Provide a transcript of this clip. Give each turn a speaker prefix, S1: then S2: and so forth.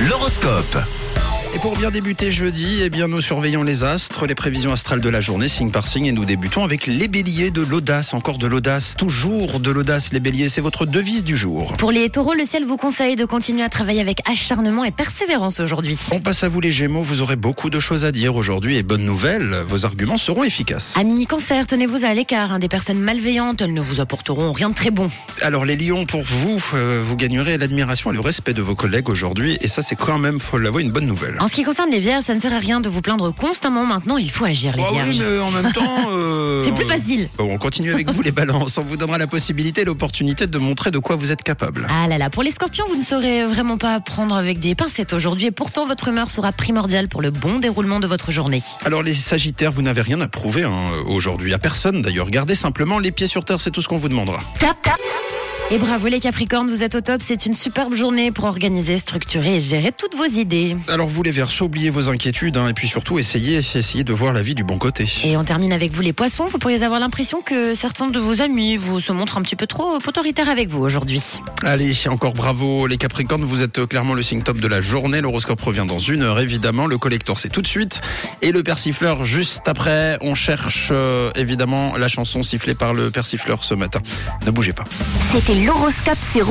S1: l'horoscope.
S2: Et pour bien débuter jeudi, eh bien nous surveillons les astres, les prévisions astrales de la journée, signe par signe, et nous débutons avec les béliers de l'audace, encore de l'audace, toujours de l'audace les béliers, c'est votre devise du jour.
S3: Pour les taureaux, le ciel vous conseille de continuer à travailler avec acharnement et persévérance aujourd'hui.
S2: On passe à vous les gémeaux, vous aurez beaucoup de choses à dire aujourd'hui et bonne nouvelle, vos arguments seront efficaces.
S3: Amis cancer, tenez-vous à l'écart hein, des personnes malveillantes, elles ne vous apporteront rien de très bon.
S2: Alors les lions, pour vous, euh, vous gagnerez l'admiration et le respect de vos collègues aujourd'hui, et ça c'est quand même, faut l'avouer, une bonne nouvelle.
S3: En ce qui concerne les vierges, ça ne sert à rien de vous plaindre constamment maintenant, il faut agir les
S2: Ah oui,
S3: vierges.
S2: mais en même temps... euh,
S3: C'est plus
S2: on-
S3: facile.
S2: Bon, on continue avec vous les balances, on vous donnera la possibilité et l'opportunité de montrer de quoi vous êtes capable.
S3: Ah là là, pour les scorpions, vous ne saurez vraiment pas prendre avec des pincettes aujourd'hui et pourtant votre humeur sera primordiale pour le bon déroulement de votre journée.
S2: Alors les Sagittaires, vous n'avez rien à prouver hein, aujourd'hui à personne d'ailleurs. Gardez simplement les pieds sur terre, c'est tout ce qu'on vous demandera.
S3: Tap, tap. Et bravo les Capricornes, vous êtes au top, c'est une superbe journée pour organiser, structurer et gérer toutes vos idées.
S2: Alors vous les Verseaux, oubliez vos inquiétudes hein, et puis surtout essayez, essayez de voir la vie du bon côté.
S3: Et on termine avec vous les poissons, vous pourriez avoir l'impression que certains de vos amis vous se montrent un petit peu trop autoritaires avec vous aujourd'hui.
S2: Allez, encore bravo les Capricornes, vous êtes clairement le signe top de la journée. L'horoscope revient dans une heure évidemment, le collector c'est tout de suite et le persifleur juste après. On cherche euh, évidemment la chanson sifflée par le persifleur ce matin. Ne bougez pas.
S4: C'était l'horoscope sur Rouge.